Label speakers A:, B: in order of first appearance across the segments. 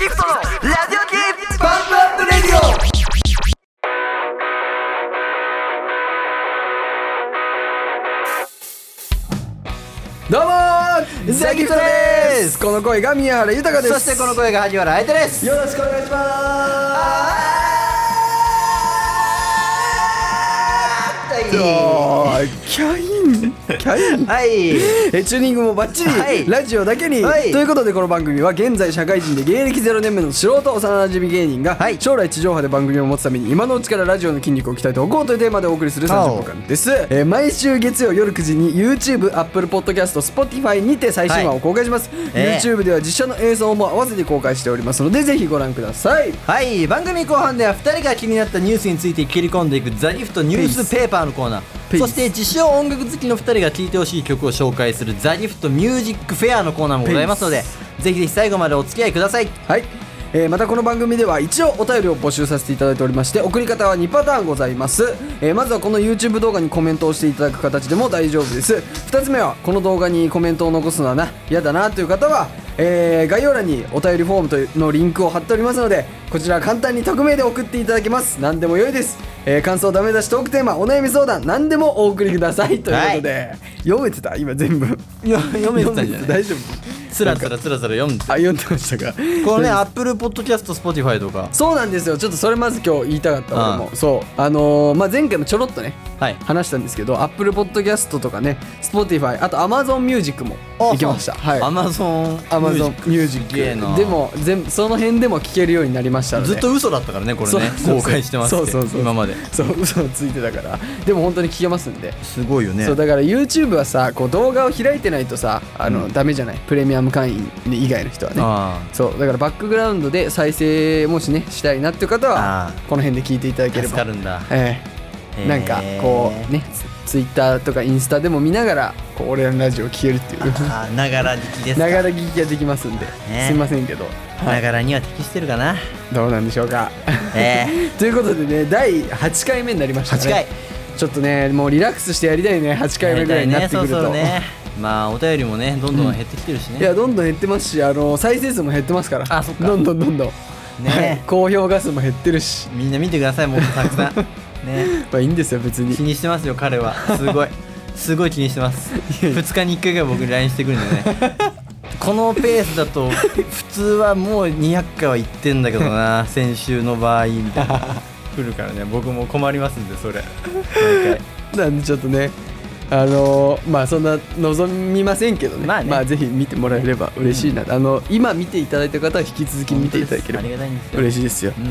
A: ギフトのラジオ系バンドアップレディオ
B: どうもーザギトですこの声が宮原豊です
C: そしてこの声が萩原相手です
B: よろしくお願いしますキャインキャイン
C: はい
B: えチューニングもバッチリ、
C: はい
B: ラジオだけに、
C: はい
B: ということでこの番組は現在社会人で芸歴0年目の素人幼馴染芸人が、
C: はい
B: 将来地上波で番組を持つために今のうちからラジオの筋肉を鍛えておこうというテーマでお送りする30分間です、えー毎週月曜夜9時に YouTube、Apple Podcast、Spotify にて最新話を公開します、
C: ええ
B: YouTube では実写の映像も合わせて公開しておりますのでぜひご覧ください
C: はい番組後半では2人が気になったニュースについて切り込んでいく「ザギフトニュースペーパー」のコーナ
B: ペー
C: ー
B: ス
C: そして自称音楽好きの2人が聴いてほしい曲を紹介する「ザギフトミュージックフェア」のコーナーもございますのでぜひぜひ最後までお付き合いください
B: はい、えーまたこの番組では一応お便りを募集させていただいておりまして送り方は2パターンございます、えーまずはこの YouTube 動画にコメントをしていただく形でも大丈夫です2つ目はこの動画にコメントを残すのはな嫌だなという方は、えー概要欄にお便りフォームというのリンクを貼っておりますのでこちら簡単に匿名で送っていただけます何でも良いです、えー感想ダメ出しトークテーマお悩み相談何でもお送りくださいということで、読めてた今全部
C: いや読めてたんじゃない
B: 大丈夫
C: つらつらつらつら読んで
B: あ読んでましたか
C: このね Apple Podcast Spotify とか
B: そうなんですよちょっとそれまず今日言いたかった
C: ああ
B: 俺もそうあのーまあ、前回もちょろっとね
C: はい
B: 話したんですけど Apple Podcast とかね Spotify あと AmazonMusic も行きましたはい
C: Amazon
B: Amazon
C: すげえ
B: Music
C: な
B: でも全部その辺でも聴けるようになりましたので
C: ずっと嘘だったからねこれね
B: そう
C: 公開してます
B: そう
C: って
B: そうそうそう
C: 今まで
B: そう嘘をついてたからでも本当に聴けますんで、
C: すごいよね
B: そうだから YouTube はさこう動画を開いてないとさあの、ダメじゃないプレミアム会員以外の人はね
C: ああ
B: そうだからバックグラウンドで再生もしねしたいなっていう方
C: あ
B: は
C: あ
B: この辺で聞いていただけれ
C: 助
B: ば
C: かるんだ
B: え
C: へ
B: え
C: ー
B: なんかこうねツツイッターとかインスタでも見ながらこう俺らのラジオを聴けるっていう
C: あながら聞きですか
B: ながら聞きができますんで、
C: ね
B: すいませんけど
C: ながらには適してるかな
B: どうなんでしょうか
C: え
B: ということでね第8回目になりましたね
C: 8回
B: ちょっとねもうリラックスしてやりたいね8
C: え
B: 回目ぐらいになってくる
C: そ
B: と
C: うそうねまあお便りもねどんどん減ってきてるしね、
B: いやどんどん減ってますしあの再生数も減ってますから
C: あそっか
B: どんどんどんどん、
C: ね
B: はい高評価数も減ってるし
C: みんな見てくださいもっとたくさ んね
B: まあいいんですよ別に
C: 気にしてますよ彼はすごいすごい気にしてます2日に1回ぐらい僕に LINE してくるんでねこのペースだと普通はもう200回は行ってんだけど な先週の場合みたいな来るからね僕も困りますんでそれ毎
B: なんでちょっとねあのーまあそんな望みませんけどね,、
C: まあね
B: ぜひ見てもらえれば嬉しいな、あの今見ていただいた方は引き続き
C: 回
B: 見ていただけれ
C: あ
B: ば
C: りがたいんですよ
B: 嬉しいですよ
C: う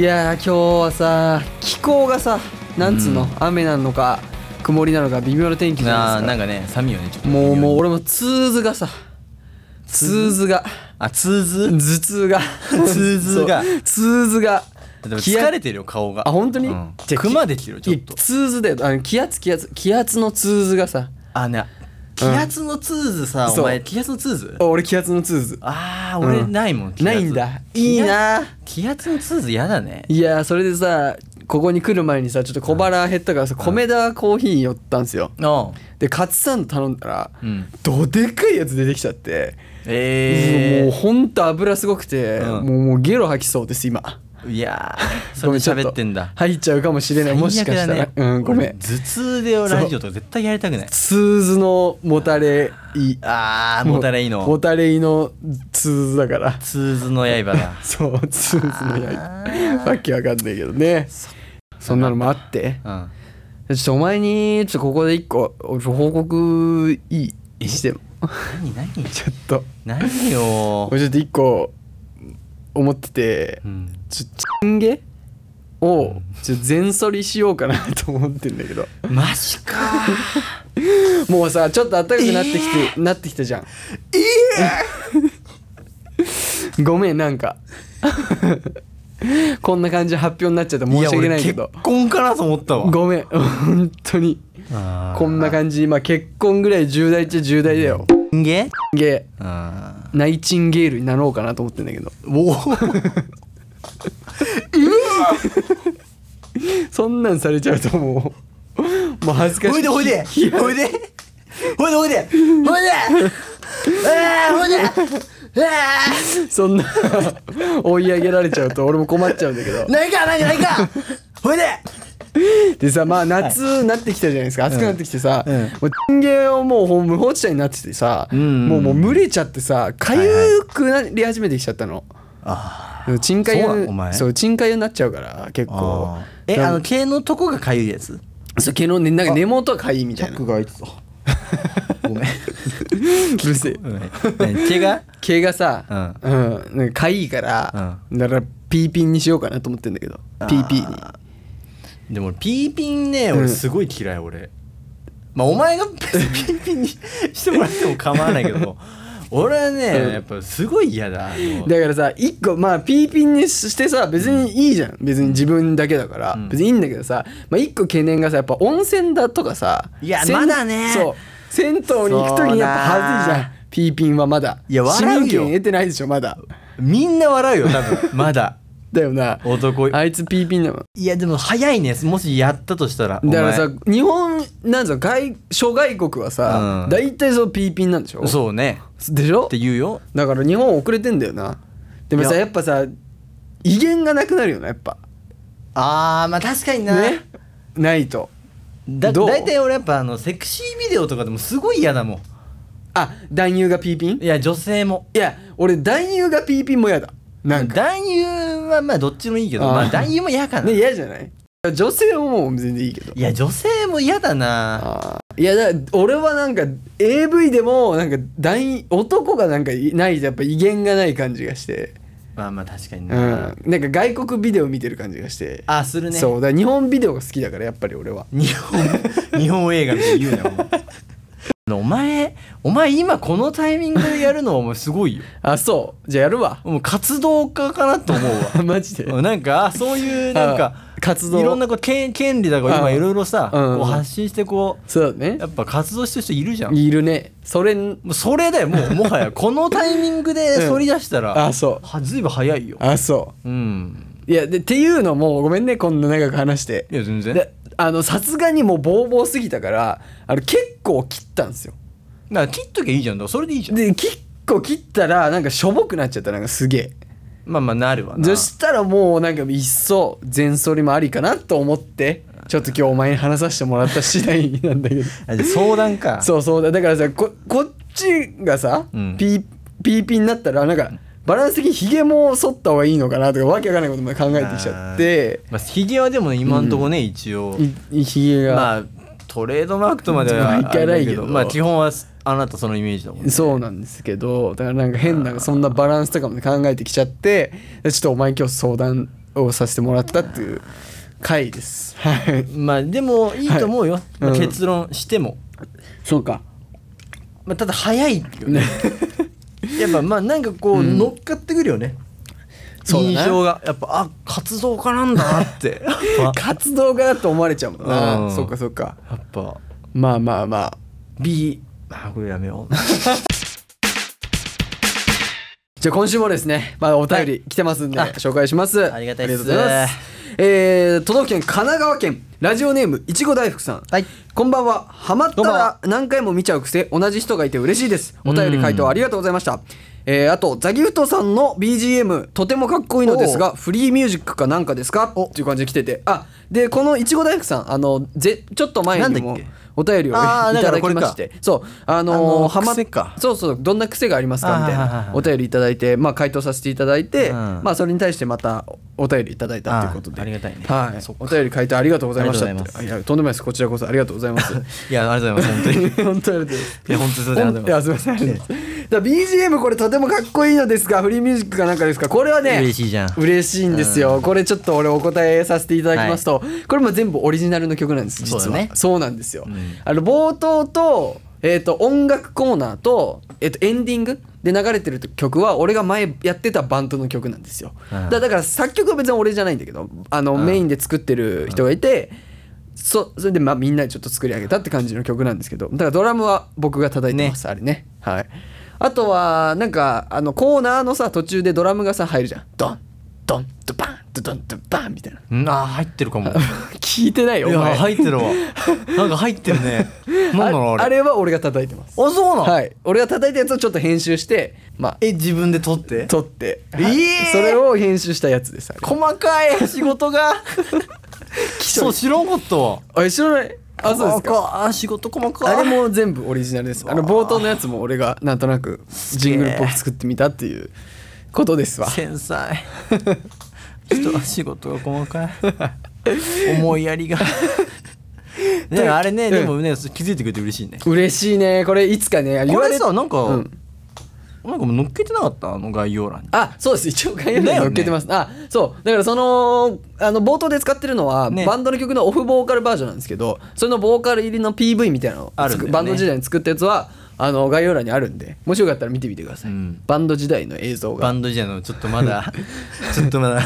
C: ん
B: いやー今日はさ気候がさなんつうの、
C: うん
B: 雨なのか曇りなのか微妙な天気じ
C: な
B: ゃ
C: あ
B: な
C: ないん
B: で
C: かね寒いよねち
B: す
C: ょっ
B: か
C: と
B: もうもう
C: う
B: 俺もツーズがさツーズが
C: あ通
B: 頭
C: ず
B: 痛 が
C: 痛痛
B: そ
C: が
B: う痛痛が
C: でも疲れてるよ顔が
B: あ本当に
C: うん
B: じゃあ
C: クマできてるよちょっ
B: い
C: と
B: や痛痛だよあの気圧気圧気圧の痛痛がさ
C: あね気圧の通ずさ、
B: そう
C: お前気圧の通ず
B: 俺気圧の痛痛
C: ああ俺
B: うん
C: ないもん、気圧
B: ないんだいいな
C: 気圧の通ず嫌だね
B: いやーそれでさここに来る前にさちょっと小腹減ったからさ米田コーヒー寄ったんですよ
C: おう
B: でカツサンド頼んだら、
C: うん
B: どでかいやつ出てきちゃって、もう
C: え
B: ほんと油すごくて、
C: うん
B: もうもうゲロ吐きそうです今
C: えいやーそ
B: ごめ
C: れ
B: んちょと
C: 喋ってんだ
B: 入っちゃうかもしれないもしかしたら、
C: 最悪だね
B: うんごめん
C: 俺頭痛でラジオとか絶対やりたくない
B: ツーズのもたれい
C: ああもたれいい
B: もうも
C: の
B: たれいのツーズだから
C: 通ずの刃だ
B: そうツーズのやつわけわかんないけどねそんなのもあって
C: うん
B: ちょっとお前にちょっとここで一個お報告いいしても
C: 何何
B: ちょっと
C: 何よ
B: 俺ちょっと一個思ってて
C: うん
B: ちょチンゲをちょっと全剃りしようかなと思ってんだけど
C: マジか
B: もうさちょっと暖かくなってきて、なってきたじゃんえ ごめんなんかこんな感じで発表になっちゃって申し訳ないけ
C: や俺
B: ど
C: 結婚かなと思ったわ
B: ごめん 本当にこんな感じ今結婚ぐらい重大っちゃ重大だよ
C: じんげ
B: ゲー
C: うん
B: ナイチンゲールになろうかなと思ってんだけど
C: おー
B: そんなんされちゃうともうもう 恥ずかしい
C: ほいでほいでほいでほいでほいでほいでえーほいでうわー
B: そんな 追い上げられちゃうと俺も困っちゃうんだけど
C: ないかないかないかほいで
B: でさまあ夏なってきたじゃないですか暑くなってきてさ、
C: うん
B: もう人間をもうほん無法地帯になっててさ、
C: ん
B: もうもう蒸れちゃってさかゆくなり始めてきちゃったの。
C: あ
B: でも沈下湯
C: そうなのお前
B: そう沈下湯になっちゃうから結構
C: あえあの毛のとこがかゆいやつ
B: そう毛のねなんか根元はかゆいみたいなう
C: が開いて たごめん
B: るせえ
C: 何毛が
B: 毛がさ、うんなんかかゆいから、だからピーピンにしようかなと思ってんだけどピーピーに
C: でも俺ピーピンね俺すごい嫌い俺まあお前が別にピーピンにしてもらっても構わないけ ど俺はねやっぱすごい嫌だあの
B: だからさ一個まあピーピンにしてさ別にいいじゃん別に自分だけだから、別にいいんだけどさ、まあ、一個懸念がさやっぱ温泉だとかさ
C: いや
B: せん
C: まだね
B: そう銭湯に行く時にやっぱ恥ずいじ
C: そう
B: ゃんピーピンはまだ
C: いや
B: 市
C: 笑うよ
B: 民権得てないでしょまだ
C: みんな笑うよ多分まだ
B: だよな
C: 男
B: あいつピーピンだもん
C: いやでも早いねもしやったとしたらお前
B: だからさ日本なんぞ外諸外国はさ、
C: うん
B: 大体そのピーピンなんでしょ
C: そうね
B: でしょ
C: って言うよ
B: だから日本遅れてんだよなでもさ
C: いや
B: やっぱさ威厳がなくなるよなやっぱ
C: あーまあ確かにな、
B: ねないと
C: だ
B: どう
C: 大体俺やっぱあのセクシービデオとかでもすごい嫌だもん
B: あ男優がピーピン
C: いや女性も
B: いや俺男優がピーピンも嫌だなんか
C: 男優はまあどっちもいいけど
B: あー
C: まあ男優も嫌かな、
B: ね嫌じゃない女性はもう全然いいけど
C: いや女性も嫌だな
B: あーいやだから俺はなんか AV でもなんか男優男がなんかいないとやっぱ威厳がない感じがして
C: まあまあ確かに
B: う
C: な、
B: んなんか外国ビデオ見てる感じがして
C: あするね
B: そうだから日本ビデオが好きだからやっぱり俺は
C: 日本日本映画みたいに言うなお前お前お前今このタイミングでやるのはお前すごいよ
B: あそうじゃあやるわ
C: もう活動家かなと思うわ
B: マジで
C: うんなんか あそういうなんか
B: あ活動
C: いろんなこう権権利だとか
B: あ
C: 今いろいろさ
B: うん
C: こう発信してこ
B: そうだ
C: う
B: ね
C: やっぱ活動してる人いるじゃんも
B: いるねそれん
C: うそれだよもうもはやこのタイミングで反り出したら、
B: うんあそう
C: はずいぶん早いよ
B: あそ
C: うん
B: ういやでっていうのもごめんねこんな長く話して
C: いや全然
B: であのさすがにもうボーボーすぎたからあれ結構切ったんですよ
C: なんか切っときゃいいじゃんだからそれでいいじゃん
B: で結構切ったらなんかしょぼくなっちゃったなんかすげえ
C: まあまあなるわな
B: そしたらもうなんかいっそ全剃りもありかなと思ってちょっと今日お前に話させてもらった次第なんだけど
C: あじゃあ相談か
B: そうそうだだからさここっちがさ、
C: うん
B: ピーピーピーになったらなんかバランス的にヒゲも剃った方がいいのかなとかわけわかんないことまで考えてきちゃって
C: まあ、ヒゲはでも今んとこね、一応
B: いいヒゲが、
C: まあトレードマークとまでは
B: まあいかないけど
C: あれだまあ基本はあなたそのイメージだもんね
B: そうなんですけどだからなんか変なそんなバランスとかも考えてきちゃってでちょっとお前今日相談をさせてもらったっていう回ですはい
C: まあでもいいと思うよ、まあ
B: うん
C: 結論しても、
B: そうか
C: まあ、ただ早いよねやっぱまあなんかこう乗っかってくるよね、
B: そうだね
C: 印象がやっぱあ活動家なんだなって やっ ぱ
B: 活動家だと思われちゃうもんな、
C: うん
B: そうかそうか
C: やっぱ
B: まあまあまあ
C: B まあこれやめよう
B: じゃあ今週もですね、まあ、お便
C: は
B: り来てますんで、
C: あ
B: 紹介します
C: ありがたいです
B: ありがとうございますえー、都道府県神奈川県ラジオネームいちご大福さん、
C: はい
B: こんばんはハマった
C: こんばん
B: ら
C: は
B: 何回も見ちゃう癖同じ人がいて嬉しいですお便り回答ありがとうございましたえー、あとザギフトさんの BGM とてもかっこいいのですがフリーミュージックかなんかですかっていう感じで来ててあでこのいちご大福さんあのぜちょっと前に
C: なん
B: も
C: だっけ
B: お便りをい
C: あ
B: た
C: ーだから
B: だ
C: こ
B: き
C: れか
B: ましてそうあのー
C: あの
B: ハマ
C: 癖か
B: そうそうどんな癖がありますかみたい
C: あーはいはい
B: な
C: はい
B: お便りいただいて、まあ、回答させていただいて、
C: うん
B: まあ、それに対してまたおお便りいただいたということで
C: あーありがたいね
B: はい
C: そっ、か
B: お便り回答ありがとうございました
C: ありがとう
B: っ
C: ご
B: ていやとんでもないですこちらこそありがとうございます
C: いやありがとうございます本当 に
B: 本当にありがとうございます
C: いや本当にそれでありがとうござい
B: いや
C: ます
B: すいま せんありがとうございますだから BGM これとてもかっこいいのですがフリーミュージックかなんかですかこれはね
C: 嬉しいじゃん
B: 嬉しいんですよ、これちょっと俺お答えさせていただきますと、これも全部オリジナルの曲なんです実は
C: そ
B: そうう,、
C: だね
B: なんですよ、あの冒頭と,、えー、と音楽コーナーと,、えー、とエンディングで流れてる曲は俺が前やってたバンドの曲なんですよ、
C: うん
B: だだから作曲は別に俺じゃないんだけどあの、メインで作ってる人がいて、そそれでまあみんなでちょっと作り上げたって感じの曲なんですけどだからドラムは僕が叩いてます、あれねはいあとはなんかあのコーナーのさ途中でドラムがさ入るじゃんドンドンドバンドドンドンバンみたいな
C: んあー入ってるかも
B: 聞いてないよ
C: い
B: お前
C: や入ってるわなんか入ってるねなんだろうあれ
B: あれは俺が叩いてます
C: あそうなの、
B: はい俺が叩いたやつをちょっと編集してまあ
C: え自分で撮って
B: 撮って、
C: え
B: はい
C: え
B: それを編集したやつですあれ
C: 細かい仕事 がそう知らんかったわ
B: あ知らないあそうですか
C: かあ仕事細かい
B: あれも全部オリジナルですあの冒頭のやつも俺がなんとなくジングルっぽく作ってみたっていうことですわ
C: 繊細人は仕事が細 かい思いやりがねあれね、
B: うん
C: でもね気づいてくれて嬉しいね
B: 嬉しいねこれいつかね言
C: こ
B: わ
C: れ
B: れ
C: さなんか、
B: うん
C: なんかもう乗っけてなかったあの概要欄に
B: あそうです一応概要欄に
C: だよね
B: 載っけてます、あそうだからそのあの冒頭で使ってるのは、
C: ね
B: バンドの曲のオフボーカルバージョンなんですけどそれのボーカル入りの PV みたいなのを
C: あるんだよ
B: つ
C: ね
B: くバンド時代に作ったやつはあの概要欄にあるんでもしよかったら見てみてください、
C: うん
B: バンド時代の映像
C: バ
B: が
C: ンド時代のちょっと まだちょっとまだな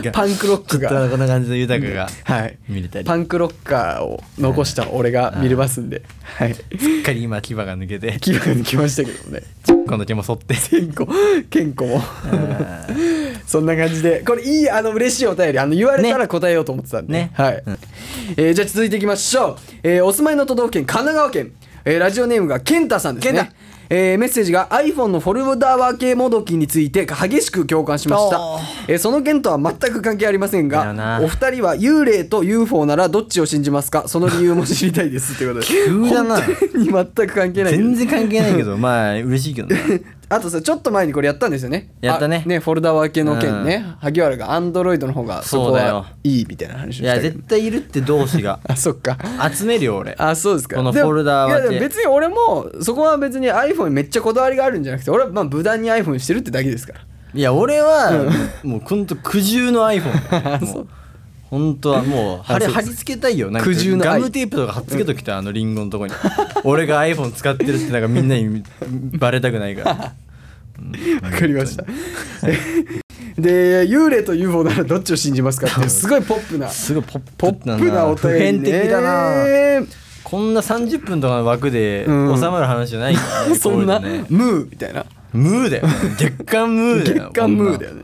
C: んか
B: パンクロック
C: ちょっ
B: が
C: とこんな感じの豊かが
B: はい
C: 見れたり
B: パンクロッカーを残した俺が見れますんで、 はい
C: しっかり今牙が抜けて
B: 気分に来ましたけどもね
C: 今度毛も剃って
B: 健康健康もそんな感じでこれいいあの嬉しいお便りあの言われたら答えようと思ってたんで、
C: ね
B: はい、
C: うん
B: えーじゃあ続いていきましょう、えーお住まいの都道府県神奈川県、えーラジオネームが健太さんです
C: 健
B: ね
C: 太
B: えーメッセージが iPhone のフォルダ分けもどきについて激しく共感しました
C: おー、
B: えーその件とは全く関係ありません
C: だよ
B: が
C: な
B: お二人は幽霊と UFO ならどっちを信じますかその理由も知りたいですということで
C: 急だな
B: 本当に全く関係ないけど
C: 全然関係ないけどまあ嬉しいけ どね
B: あとさちょっと前にこれやったんですよね
C: やったね
B: あねフォルダ分けの件ね、萩原がアンドロイドの方がそこ
C: そうだよ
B: はいいみたいな話をし
C: い
B: た
C: や
B: けど
C: 絶対いるって同志が
B: あそっか
C: 集めるよ俺
B: あそうですか
C: この
B: でも
C: フォルダ
B: いや
C: 分け
B: でも別に俺もそこは別に iPhone にめっちゃこだわりがあるんじゃなくて俺はまあ無駄に iPhone してるってだけですから
C: いや俺はもうほんと苦渋 の iPhone もう本当はもう
B: あ
C: 貼り
B: そう
C: 貼
B: です
C: り付けたいよなんか
B: 苦渋の
C: ガ
B: iPhone
C: ムテープとか貼っ付けときたいあのリンゴのとこに俺が iPhone 使ってるってなんかみん なにバレたくないから
B: わかりました で幽霊と UFO ならどっちを信じますかっていうすごいポップな
C: すごいポップ
B: ポップなお
C: 普
B: 便り
C: 遍
B: ね
C: 的だなこんな30分とかの枠で収
B: うん
C: まる話じゃないから、ね、
B: そんな
C: こ
B: ム
C: ういうのね
B: ーみたいな
C: ムーだよ月刊ムーだよ
B: 月刊ムーだよね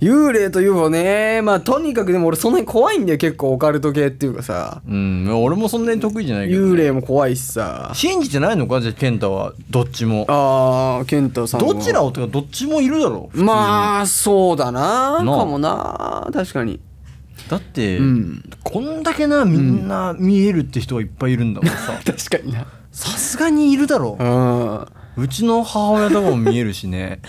B: 幽霊と UFO ねまあとにかくでも俺そんなに怖いんだよ結構オカルト系っていうかさ
C: こんなうん俺もそんなに得意じゃないけど、
B: 幽霊も怖いしさ
C: 信じてないのかじゃあ健太はどっちも
B: あー健太さんは
C: どちらをとかどっちもいるだろう
B: まあそうだな
C: なあ
B: かもな確かに
C: だって、
B: ん
C: こんだけなみんな見えるって人がいっぱいいるんだからさ
B: 確かにな
C: さすがにいるだろ
B: うん
C: ううちの母親とかも見えるし ね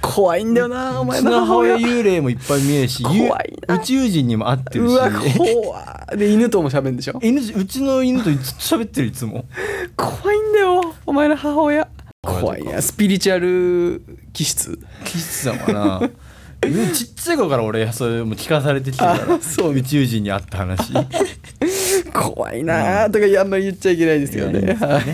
B: 怖いんだよなお
C: う
B: 前
C: ち
B: の
C: の
B: 母
C: 母
B: 親
C: 親幽霊もいっぱい見えるしゆ
B: 怖いな
C: 宇宙人にも会ってる
B: う
C: し
B: わ怖いで犬とも喋んでしょ
C: 犬うちの犬とずっと喋ってるいつも
B: 怖いんだよお前の母親怖
C: 怖
B: い
C: い
B: なスピリチュアル気質
C: 気質だからな犬ちっちゃい頃から俺それも聞かされてきてるから
B: あそう
C: 宇宙人に会った話
B: 怖いなーとかいやあんまり言っちゃいけないですけど
C: い
B: ね
C: やいいです
B: はい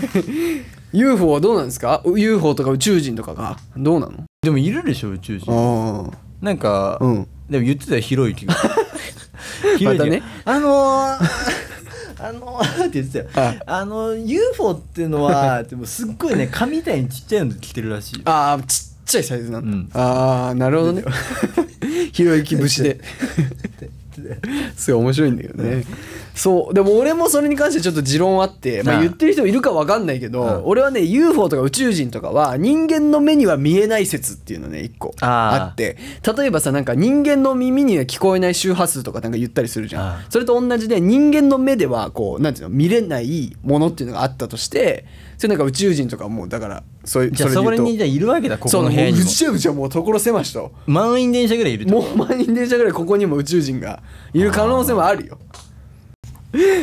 B: UFO はどうなんですか UFO とか宇宙人とかがどうな
C: でもいるでしょ宇宙人
B: の
C: なんか、
B: うん
C: でも言ってたよひろ ゆきがひろゆき
B: また
C: が
B: ね
C: あのー、 あのー、って言ってたよあの UFO っていうのはでもすっごいね紙みたいにちっちゃいの着てるらしいよ
B: ああちっちゃいサイズなんだ、
C: うん
B: ああなるほ どねひろゆき節で すごい面白いんだけどねそうでも俺もそれに関してちょっと持論あって、ま
C: あ
B: あ、
C: あ
B: 言ってる人もいるか分かんないけど、
C: うん
B: 俺はね UFO とか宇宙人とかは人間の目には見えない説っていうのね一個
C: ああ
B: あって例えばさなんか人間の耳には聞こえない周波数とかなんか言ったりするじゃん
C: ああ
B: それと同じで人間の目ではこうなんていうの見れないものっていうのがあったとしてそれなんか宇宙人とかもうだからそういう
C: じゃあ
B: れで
C: そ
B: 言う
C: こ
B: と
C: にじゃあいるわけだこ
B: そ
C: こ
B: うな
C: の部
B: のも
C: 屋
B: う
C: に
B: 宇
C: も
B: 宙人はもう所狭しと
C: 満員電車ぐらいいるって
B: も
C: こ
B: う満員電車ぐらいここにも宇宙人がいる可能性もあるよ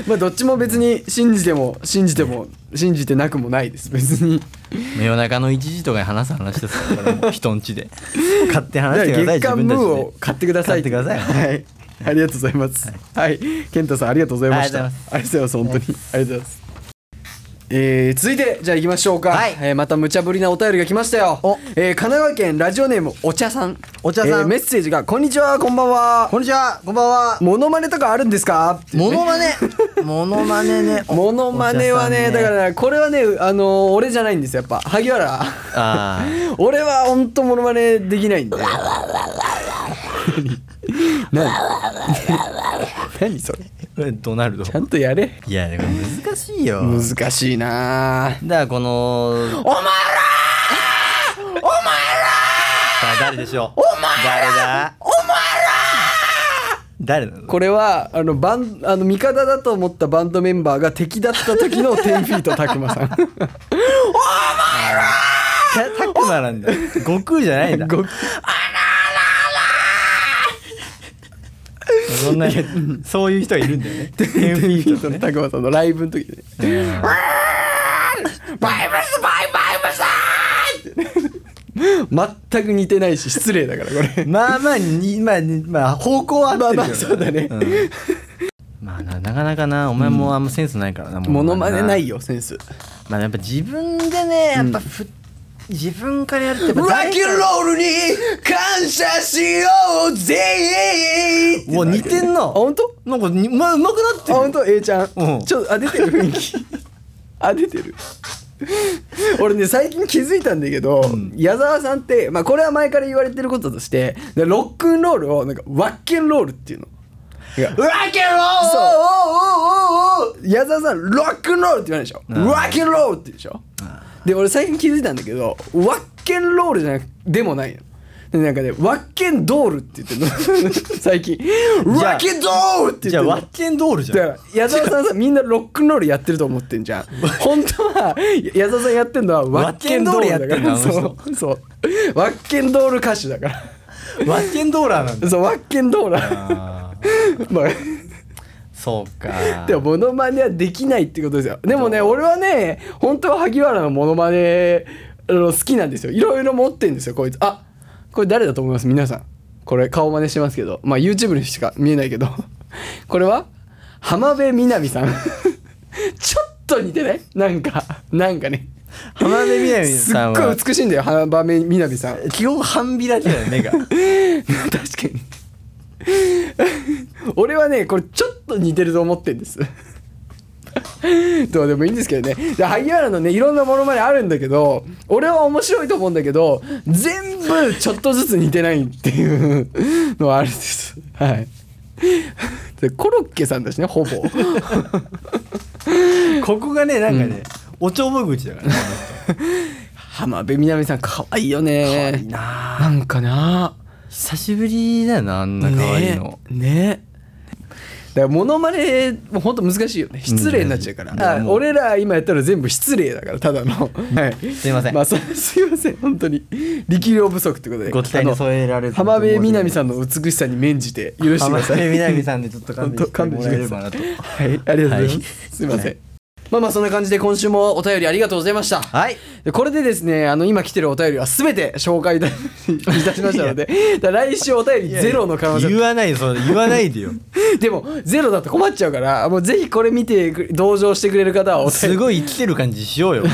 B: まあどっちも別に信じても信じても信じてなくもないです別に
C: と夜中の1時とかに話す話ですから もう人んちで買って話してください
B: 月
C: 自
B: 刊
C: 分
B: ム
C: た
B: ー
C: ちで
B: を買ってください
C: 買ってくださ
B: はいありがとうございますはい健太さんありがとうございました
C: あ
B: ありがとうございます本当にありがとうございますえー、続いてじゃあ行きましょうか、
C: はい
B: えーまた無茶ぶりなお便りが来ましたよ
C: お、
B: えー神奈川県ラジオネームお茶さん
C: お茶さん
B: えーメッセージが「こんにちはこんばんは」
C: こんにちはこんばんは
B: モノマネとかあるんですかって
C: モノマ ネモノマネね
B: モノマネはねだからねこれはねあのー俺じゃないんですよやっぱ萩原
C: ああ
B: 俺はほんとモノマネできないんで何何それ
C: ドナルド
B: ちゃんとやれ
C: いやでも難しいよ
B: 難しいなあ
C: だからこの
B: お前ら
C: さあ誰でしょうお前誰だお前ら誰なの
B: これはあのバンあの味方だと思ったバンドメンバーが敵だった時の10フィートたくまさ ん
C: タタクマなんだ悟空じゃないんだ
B: ご
C: そんなそういう人がいるんだよ ねテンフィ
B: フィ
C: ー
B: ー
C: ト
B: トの
C: ね
B: たくまさんのライブの 時で、ね、バイブスバイバイブス全く似てないし失礼だ からこれ
C: まあまあにまあにまあ方向は合ってるよ
B: まあまあそうだね
C: んまあななかなかなお前もあんまセンスないからな
B: モノマネない
C: よ
B: よセンス
C: まあやっぱ自分でねやっぱふ自分からやるってやっぱ
B: ラッ
C: 大
B: キ
C: 事
B: ーロールに感謝しようぜ
C: もう似てん
B: あ
C: な
B: 本当？
C: なんかにまあうまくなって
B: あ
C: る
B: 本当 A ちゃん、
C: うん
B: ちょっとあ出て る雰囲気あ出てる俺ね最近気づいたんだけど、矢沢さんって、まあ、これは前から言われてることとしてでロックンロールをなんかワッケンロールっていうのいや
C: ラッキーロー
B: そう
C: そう
B: 矢沢さんロックンロールって言わないでしょ
C: ん
B: ワッケンロールって言うでしょで俺最近気づいたんだけどワッケンロールじゃなくでもないのでなんかねワッケンドールって言ってるの 最近
C: じゃあ
B: ワッケンドールって言ってるの
C: じゃあワッケンドールじゃ
B: だ
C: ん
B: から矢沢さんさみんなロックンロールやってると思ってんじゃん本当は矢沢さんやってんのはワッケンドールやってんだ
C: ワッケンドールや
B: そうそうワッケンドール歌手だか
C: ワッケンドーラーなんだ
B: らそうワッケンドール
C: あー
B: まあ
C: そうか
B: でもモノマネはできないってことですよでもね俺はね本当は萩原のモノマネあの好きなんですよいろいろ持ってんですよこいつあこれ誰だと思います皆さんこれ顔真似してますけどまあ YouTube にしか見えないけど これは浜辺美波さん ちょっと似てないなんかなんかね
C: 浜辺美波
B: すっ
C: さん
B: ご
C: はい
B: 美しいんだよ浜辺美波さん
C: 基本半開きだよ 目が
B: 確かに 俺はねこれちょっと似てると思ってんです どうでもいいんですけどねで萩原のねいろんなものまであるんだけど俺は面白いと思うんだけど全部ちょっとずつ似てないっていうのはあるんですはいでコロッケさんだしねほぼ
C: ここがねなんかね、おちょぼ口だからね
B: 浜辺美波さん可愛いよね
C: いいな
B: なんかな
C: 久しぶりだよなあんな可愛いの、
B: ねねだからモノマネも本当難しいよね失礼になっちゃうから、
C: うんいや
B: あ
C: もう
B: 俺ら今やったら全部失礼だからただの、はい、
C: すいません
B: まあそ すいません本当に力量不足ってことで
C: ご期待に添えられ
B: あの
C: る
B: 浜辺美波
C: ん
B: さんの美しさに免じて許してく
C: 浜
B: ださい
C: 辺美波さんでちょっと
B: 本
C: 勘
B: 当
C: 弁して
B: 勘弁
C: も
B: し
C: ら
B: て
C: え
B: くだ
C: れ
B: さ
C: ばなと
B: はいありがとうございます、
C: はい
B: すいません、
C: はい
B: まあまあそんな感じで今週もお便りありがとうございました
C: はい
B: でこれでですねあの今来てるお便りは全て紹介いた いたしましたのでだから来週お便りゼロの可能性
C: 言わないそれ言わないでよ
B: でもゼロだと困っちゃうからもうぜひこれ見てく同情してくれる方はお便り
C: すごい生きてる感じしようよも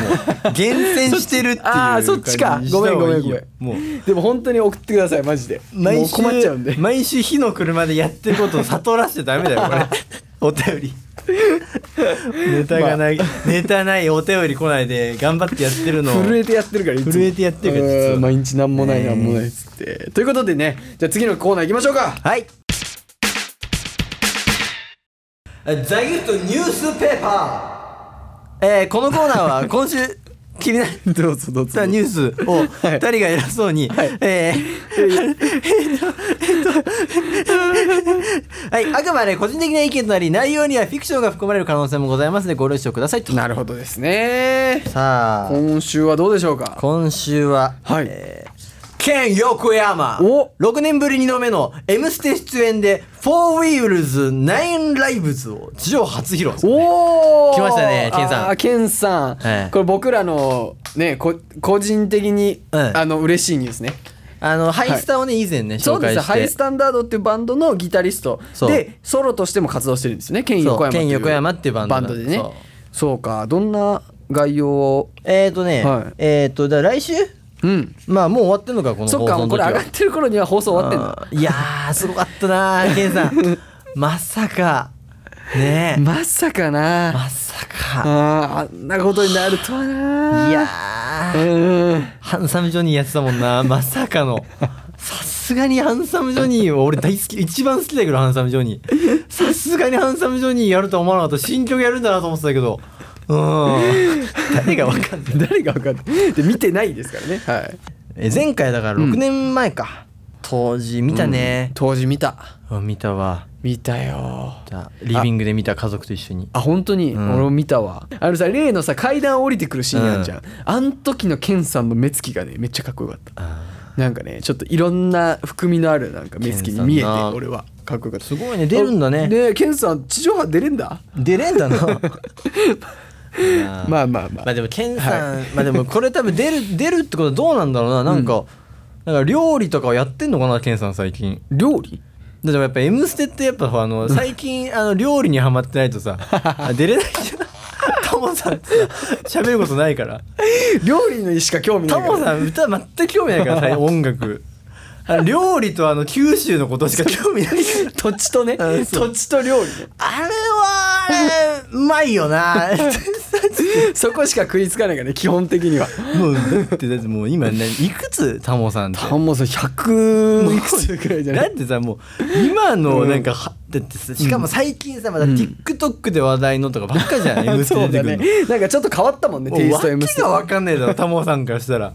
C: う厳選してるっていう
B: あ あそっちか
C: 感じした
B: ご
C: 方
B: め
C: が
B: んごめ
C: い
B: ん
C: い
B: ご
C: よ
B: めん
C: もう
B: でも本当に送ってくださいマジでも
C: 毎
B: う
C: 週
B: 困っちゃうん で
C: 毎週火の車でやってることを悟らせちゃダメだよこ れお便りネタがない、ネタないお便り来ないで頑張ってやってるの
B: 震えてやってるからいつも
C: 震えてやってるから実は
B: うん毎日なんもない
C: ねえ
B: なんもないっつってということでねじゃあ次のコーナー行きましょうか
C: はいザギフトニュースペーパー、えー、このコーナーは今週気になっ
B: どうぞどう
C: たニュースを2人が偉そうに、えーえっとえっとはい、あくまで個人的な意見となり内容にはフィクションが含まれる可能性もございますのでご了承くださいと
B: なるほどですね
C: さあ
B: 今週はどうでしょうか
C: 今週は
B: はい、
C: ケン横山
B: お
C: 6年ぶり2度目の「M ステ」出演で「4 w h e e l s 9 Lives」を地上初披露
B: おお
C: 来ましたねケンさん
B: あーケンさん、
C: はい
B: これ僕らのねこ個人的に、
C: うん
B: あの嬉しいニュースね
C: あのハイスタをね、以前ね
B: そ
C: 紹
B: うで
C: 介
B: す
C: して
B: ハイスタンダードっていうバンドのギタリスト
C: そう
B: でソロとしても活動してるんですよねケン横山
C: そうケン横山っていうバンドなん
B: でね
C: そ
B: そう
C: う
B: かどんな概要を
C: えっ、ー、とね、
B: はい
C: えっ、ー、とだから来週
B: うん
C: まあもう終わってんのかこの
B: そっ
C: 放
B: か
C: 送
B: も
C: の
B: うこ
C: 時
B: れ
C: は
B: 上がってる頃には放送終わってんだ
C: あーいやーすごかったな ーケンさんまさかねえま
B: まさかな
C: さか
B: あーあんなことになるとはない
C: いや
B: う
C: ー
B: ん
C: ハンサムジョニーやってたもんなまさかのさすがにハンサムジョニーは俺大好き一番好きだけどハンサムジョニーさすがにハンサムジョニーやるとは思わなかった新曲やるんだなと思ってたけどうん誰がわかんない
B: 誰が分かんないで見てないですからねはい
C: え前回だから6年前か、当時見たね、
B: 当時見た
C: あ見たわ
B: 見たよ
C: じゃあリビングで見た家族と一緒に
B: あ本当に、
C: ん
B: 俺も見たわあのさ例のさ階段降りてくるシーンあるじゃん、あん時のケンさんの目つきがねめっちゃかっこよかった
C: あ
B: なんかねちょっといろんな含みのあるなんか目つきに見え
C: ケ
B: て
C: ンさんな
B: 俺はかっこよかっ
C: ー
B: た
C: すごいね出るんだね
B: ねえケンさん地上波出れんだ
C: 出れん だなま
B: まあまあ
C: あ
B: まあ、
C: まあでもケンさん、まあでもこれ多分出る出るってことはどうなんだろうななんか、なんか料理とかをやってんのかなケンさん最近
B: 料理
C: だってやっぱ「M ステ」ってやっぱあの最近あの料理にはまってないと さあ出れないじゃん タモさんってさ喋ることないから
B: 料理にしか興味な
C: タ
B: いか
C: モ
B: ら
C: さん歌全く興味ないから さ音楽あの料理とあの九州のことしか興味ないから
B: 土地とね
C: うんそ
B: 土地と料理ね
C: あれはあれうまいよな
B: そこしか食いつかないからね基本的には
C: もうだってだってもう今ねいくつタモさんって
B: タモさん100いくつぐら いじゃな
C: だ
B: い
C: ってさもう今のなんかは、だってさしかも最近さまだ TikTok で話題のとかばっかじゃん、M ス
B: そ
C: テ
B: う
C: 出て
B: だ
C: く
B: ね
C: るの。も
B: なんかちょっと変わったもんね
C: う
B: テイスト M
C: 訳
B: ステ
C: が分かんねえ だろタモさんからしたら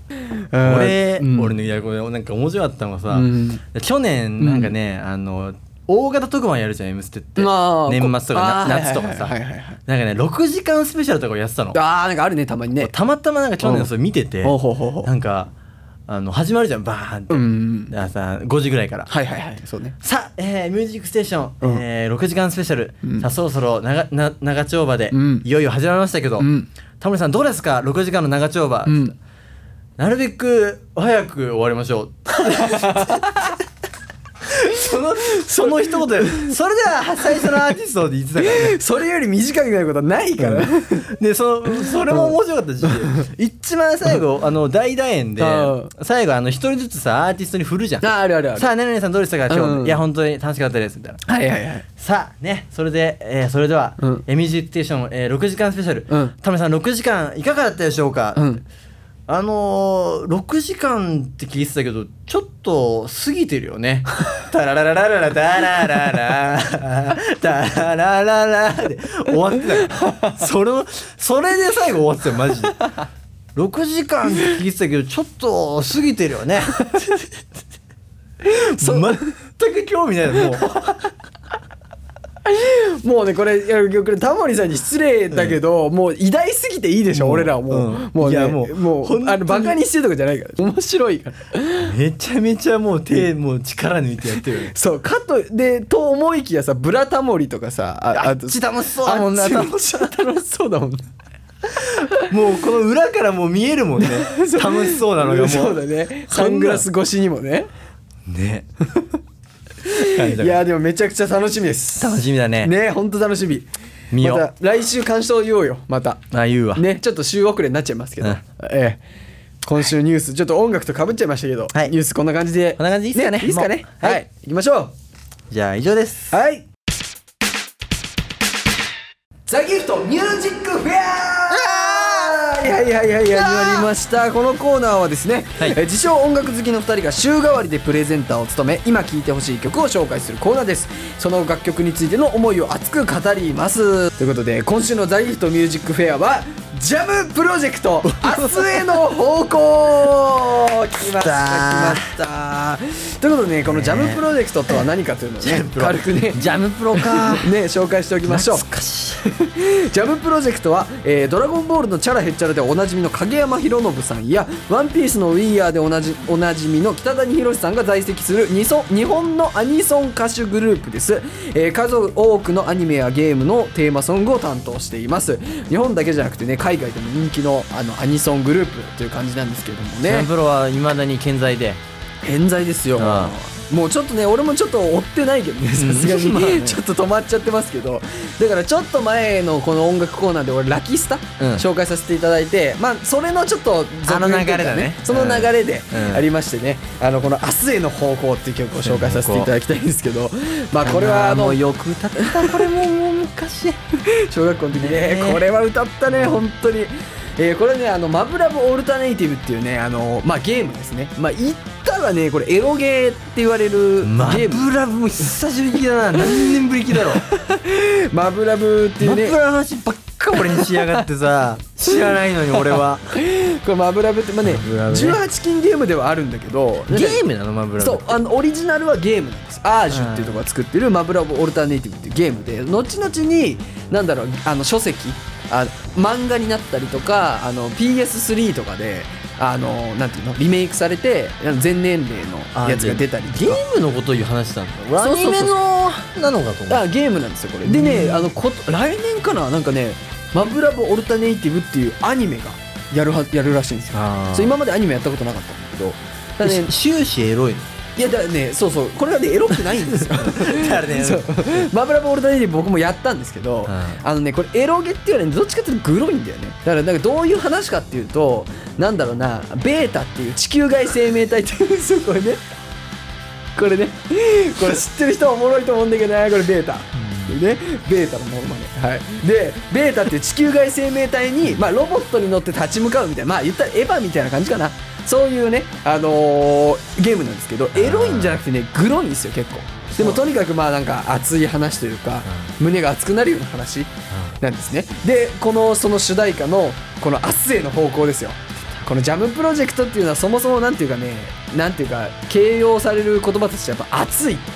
B: うん
C: 俺、
B: うん
C: 俺のいやこれなんか面白かったのがさ、
B: うん
C: 去年なんかね、あの大型特番やるじゃん「M ステ」って
B: まあ
C: 年末とか
B: あー
C: な夏とかさ、
B: はいはいはいはい
C: なんかね6時間スペシャルとかをやってたの
B: あーなんかあるねたまにね
C: たまたまなんか去年それ見てて、
B: ほうほうほうほう
C: なんかあの始まるじゃんバーンって、
B: うんうんうん
C: だからさ5時ぐらいから、
B: はいはいはいそうね
C: さあ、えーミュージックステーション、
B: うん
C: えー6時間スペシャル、
B: ん
C: さあそろそろ長な長丁場で、
B: うん
C: いよいよ始まりましたけど、
B: うん
C: タモリさんどうですか6時間の長丁場、
B: うん
C: なるべく早く終わりましょ うそのその一言でそれでは最初のアーティストって言ってたからね
B: それより短くなることはないから
C: でそのそれも面白かったし一番最後あの大団円で
B: うん
C: 最後あの一人ずつさアーティストに振るじゃん
B: ああるあるある
C: さあねるねさんどうでしたか今
B: うん
C: 日いや本当に楽しかったですみたいな
B: はいはいはい
C: さあねそれで、えーそれでは
B: うん
C: 「エミジュテーション、えー6時間スペシャル」
B: うん
C: タメさん6時間いかがだったでしょうか、
B: うん
C: あのー、6時間って聞いてたけどちょっと過ぎてる よねタララララララタラララタララララで終わってたからそれをそれで最後終わってたよマジで6時間って聞いてたけどちょっと過ぎてるよ ね全く興味ないもう
B: もうねこれいやこれタモリさんに失礼だけど、もう偉大すぎていいでしょ、
C: もう
B: 俺らはもう、
C: うん
B: もう、ね、
C: いやもう
B: も
C: 本当
B: う
C: に
B: あのバカにしてるとかじゃないから面白いから
C: めちゃめちゃもう手もう力抜いてやってるよね
B: そうかとでと思いきやさブラタモリとかさあ
C: あっち楽しそうだ
B: あ
C: もんな
B: あっち
C: 多分
B: 楽しそうだもんね
C: もうこの裏からもう見えるもんね楽しそうなのがもう
B: そうだねサ
C: そんな
B: ングラス越しにもね
C: ね
B: いやでもめちゃくちゃ楽しみです
C: 楽しみだね
B: ねほんと楽しみ
C: 見よう
B: また来週感想言おうよまた
C: あ言うわ、
B: ねちょっと週遅れになっちゃいますけど、
C: うん
B: ええ今週ニュースちょっと音楽とかぶっちゃいましたけど、
C: はい
B: ニュースこんな感じで
C: こんな感じでいいっすかね
B: いいっすかね
C: もう
B: はい、
C: はい
B: 行きましょ
C: じゃあ以上です
B: うはい
A: ザ・ギフトミュージックフェア
B: はいはいはいはい始まりましたこのコーナーはですね、
C: はい
B: えー自称音楽好きの2人が週替わりでプレゼンターを務め今聴いてほしい曲を紹介するコーナーですその楽曲についての思いを熱く語りますということで今週の「ザ・ギフトミュージックフェアは「ジャムプロジェ クト明日への方向」来ました来ましたということでねこの「ジャムプロジェクト」とは何かというのをね軽くね
C: ジャムプロか
B: ね紹介しておきましょう
C: 懐かしい
B: ジャムプロジェクトは、えードラゴンボールのチャラヘッチャラでおなじみの影山博信さんや、ワンピースのウィーアーでおなじおなじみの北谷博さんが在籍する日ソ日本のアニソン歌手グループです、えー数多くのアニメやゲームのテーマソングを担当しています。日本だけじゃなくてね、海外でも人気のあのアニソングループという感じなんですけれども
C: ジャ
B: ね
C: ム。プロはいまだに健在で
B: 偏在ですよ
C: あ
B: もうちょっとね俺もちょっと追ってないけどねさすがに、
C: まあね
B: ちょっと止まっちゃってますけどだからちょっと前のこの音楽コーナーで俺ラキスタ、
C: うん
B: 紹介させていただいてまあそれのちょっと
C: あの流れだね
B: 続編というか
C: うん
B: その流れで
C: うん
B: ありましてね、あのこの「明日への方向」っていう曲を紹介させていただきたいんですけどまあこれはあ
C: も
B: の
C: うよく歌ってたこれももう昔
B: 小学校の時ね
C: ね
B: これは歌ったね本当にえーこれねあのマブラブオルタネイティブっていうねあの、まあ、ゲームですねまあ言ったらねこれエロゲーって言われる
C: マ
B: ゲーム
C: ブラブも久しぶりだな何年ぶりだろ
B: マブラブってい
C: マ
B: う
C: ブ
B: ね
C: ラブの話ばっか俺にしやがってさ知らないのに俺は
B: これマブラブってまあね
C: マブラブね
B: 18禁ゲームではあるんだけど
C: ゲームなのマブラブ
B: そうあのオリジナルはゲームなんですアージュっていうところが作ってるマブラブオルタネイティブっていうゲームで後々になんだろうあの書籍あ漫画になったりとかあの PS3 とかであのなんていうのリメイクされてあの全年齢のやつが出たりと
C: ゲ
B: か
C: ームのことを言う話したんだ
B: そうそうそう
C: のなのかと
B: あゲームなんですよこれでねあのこ来年かななんかねマブラブオルタネイティブっていうアニメがやるはやるらしいんですよ
C: あー
B: そう今までアニメやったことなかったんだけどただね
C: し終始エロいの
B: いやだからねそうそうこれがねエロくないん ですよ
C: だから ね
B: そうマブラブオルタネイティブ僕もやったんですけど、
C: はい
B: あのねこれエロゲっていうよりねどっちかっていうとグロいんだよねだからなんかどういう話かっていうとなんだろうなベータっていう地球外生命体っていう そうこれねこれねこれ知ってる人はおもろいと思うんだけどねこれベータ。ね、ベータのものまね、はい、でベータっていう地球外生命体に、まあ、ロボットに乗って立ち向かうみたいなまあ言ったらエヴァみたいな感じかなそういうね、あのーゲームなんですけどエロいんじゃなくてねグロいんですよ結構でもとにかくまあなんか熱い話というか、胸が熱くなるような話なんですねでこのその主題歌のこの「明日への方向」ですよこのジャムプロジェクトっていうのはそもそもなんていうかねなんていうか形容される言葉としてやっぱ熱いって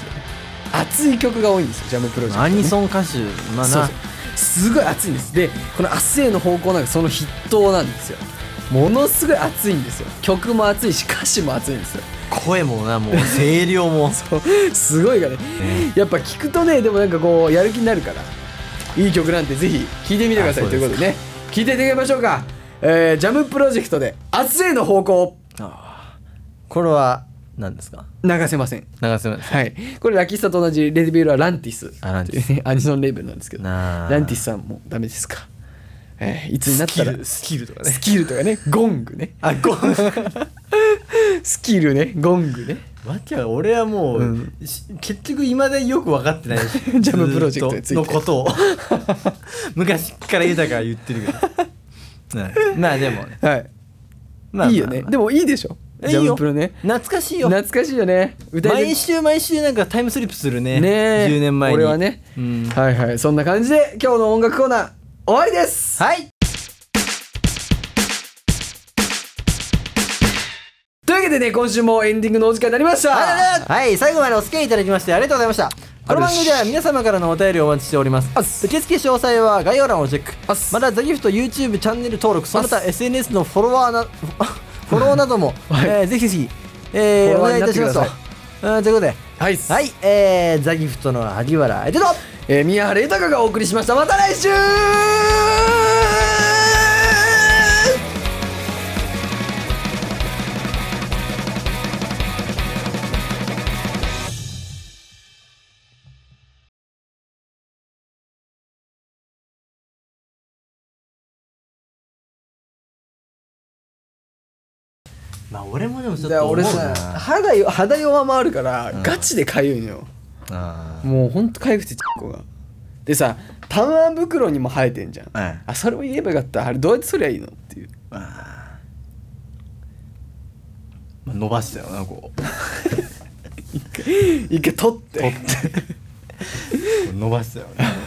B: 熱い曲が多いんですよジャムプロジェクト
C: ア
B: ね、
C: ニソン歌手まあ
B: そうそ
C: な
B: うすごい熱いんですでこの「明日への方向」なんかその筆頭なんですよものすごい熱いんですよ曲も熱いし歌詞も熱いんですよ
C: 声もなもう声量も
B: すごいがねやっぱ聞くとねでもなんかこうやる気になるからいい曲なんてぜひ聴いてみてください
C: あ
B: と
C: そ
B: いううこ
C: です
B: と
C: か
B: でね聴いていただきましょうか、えージャムプロジェクトで「明日への方向
C: これは何ですか」
B: 流せません
C: 流せます
B: はいこれラッキースタと同じレベルはランティス
C: あランティス
B: というね アニソンレベルなんですけど
C: なあ
B: ランティスさんもダメですか、えーいつになったら
C: スキルとか
B: スキルとかね、ゴングね。
C: あごめん
B: スキルね、ゴングね。
C: わけは俺はもう、
B: うん
C: し結局いまだによく分かってないし
B: ジャムプロジェクトについて
C: ずっとのことを 昔から豊が言ってる けどはいまあでもね、
B: はい。
C: まあまあ
B: いいよね。でもいいでしょ。
C: いい
B: ジ
C: よ
B: ャムプロね。
C: 懐かしいよ
B: 懐かしいよね。歌い
C: 毎週毎週なんかタイムスリップするね
B: ねえ
C: 10年前に
B: 俺はね
C: うん、
B: はいはい。そんな感じで今日の音楽コーナー終わりです。
C: はい
B: というわけでね、今週もエンディングのお時間になりました。
C: はい、最後までお付き合いいただきましてありがとうございました。この番組では皆様からのお便りをお待ちしております。
B: あっす
C: 受付詳細は概要欄をチェック
B: あっ。す
C: また、ザギフト YouTube チャンネル登録、その他 SNS のフォロワーな、 フォローなども、
B: はい
C: えーぜひぜひ、えー
B: フォ
C: お
B: ロワー
C: 願い
B: に
C: い
B: なったてくだ
C: しますと。
B: さい
C: うんということで、
B: はい。
C: はい、えー、ザギフトの萩原えてと
B: えー、宮原豊がお送りしました。また来週
C: まあ、俺もでもちょっ
B: じゃあ
C: と
B: 俺さ、肌よ、肌弱もあるから、ガチでかゆいのよ。もうほんとかゆくてちっこがでさ玉袋にも生えてんじゃん、
C: はい
B: あそれも言えばよかったあれどうやってそりゃいいのっていう
C: 伸ばしたよな、こう。
B: 一回取って
C: 伸ばしたよね。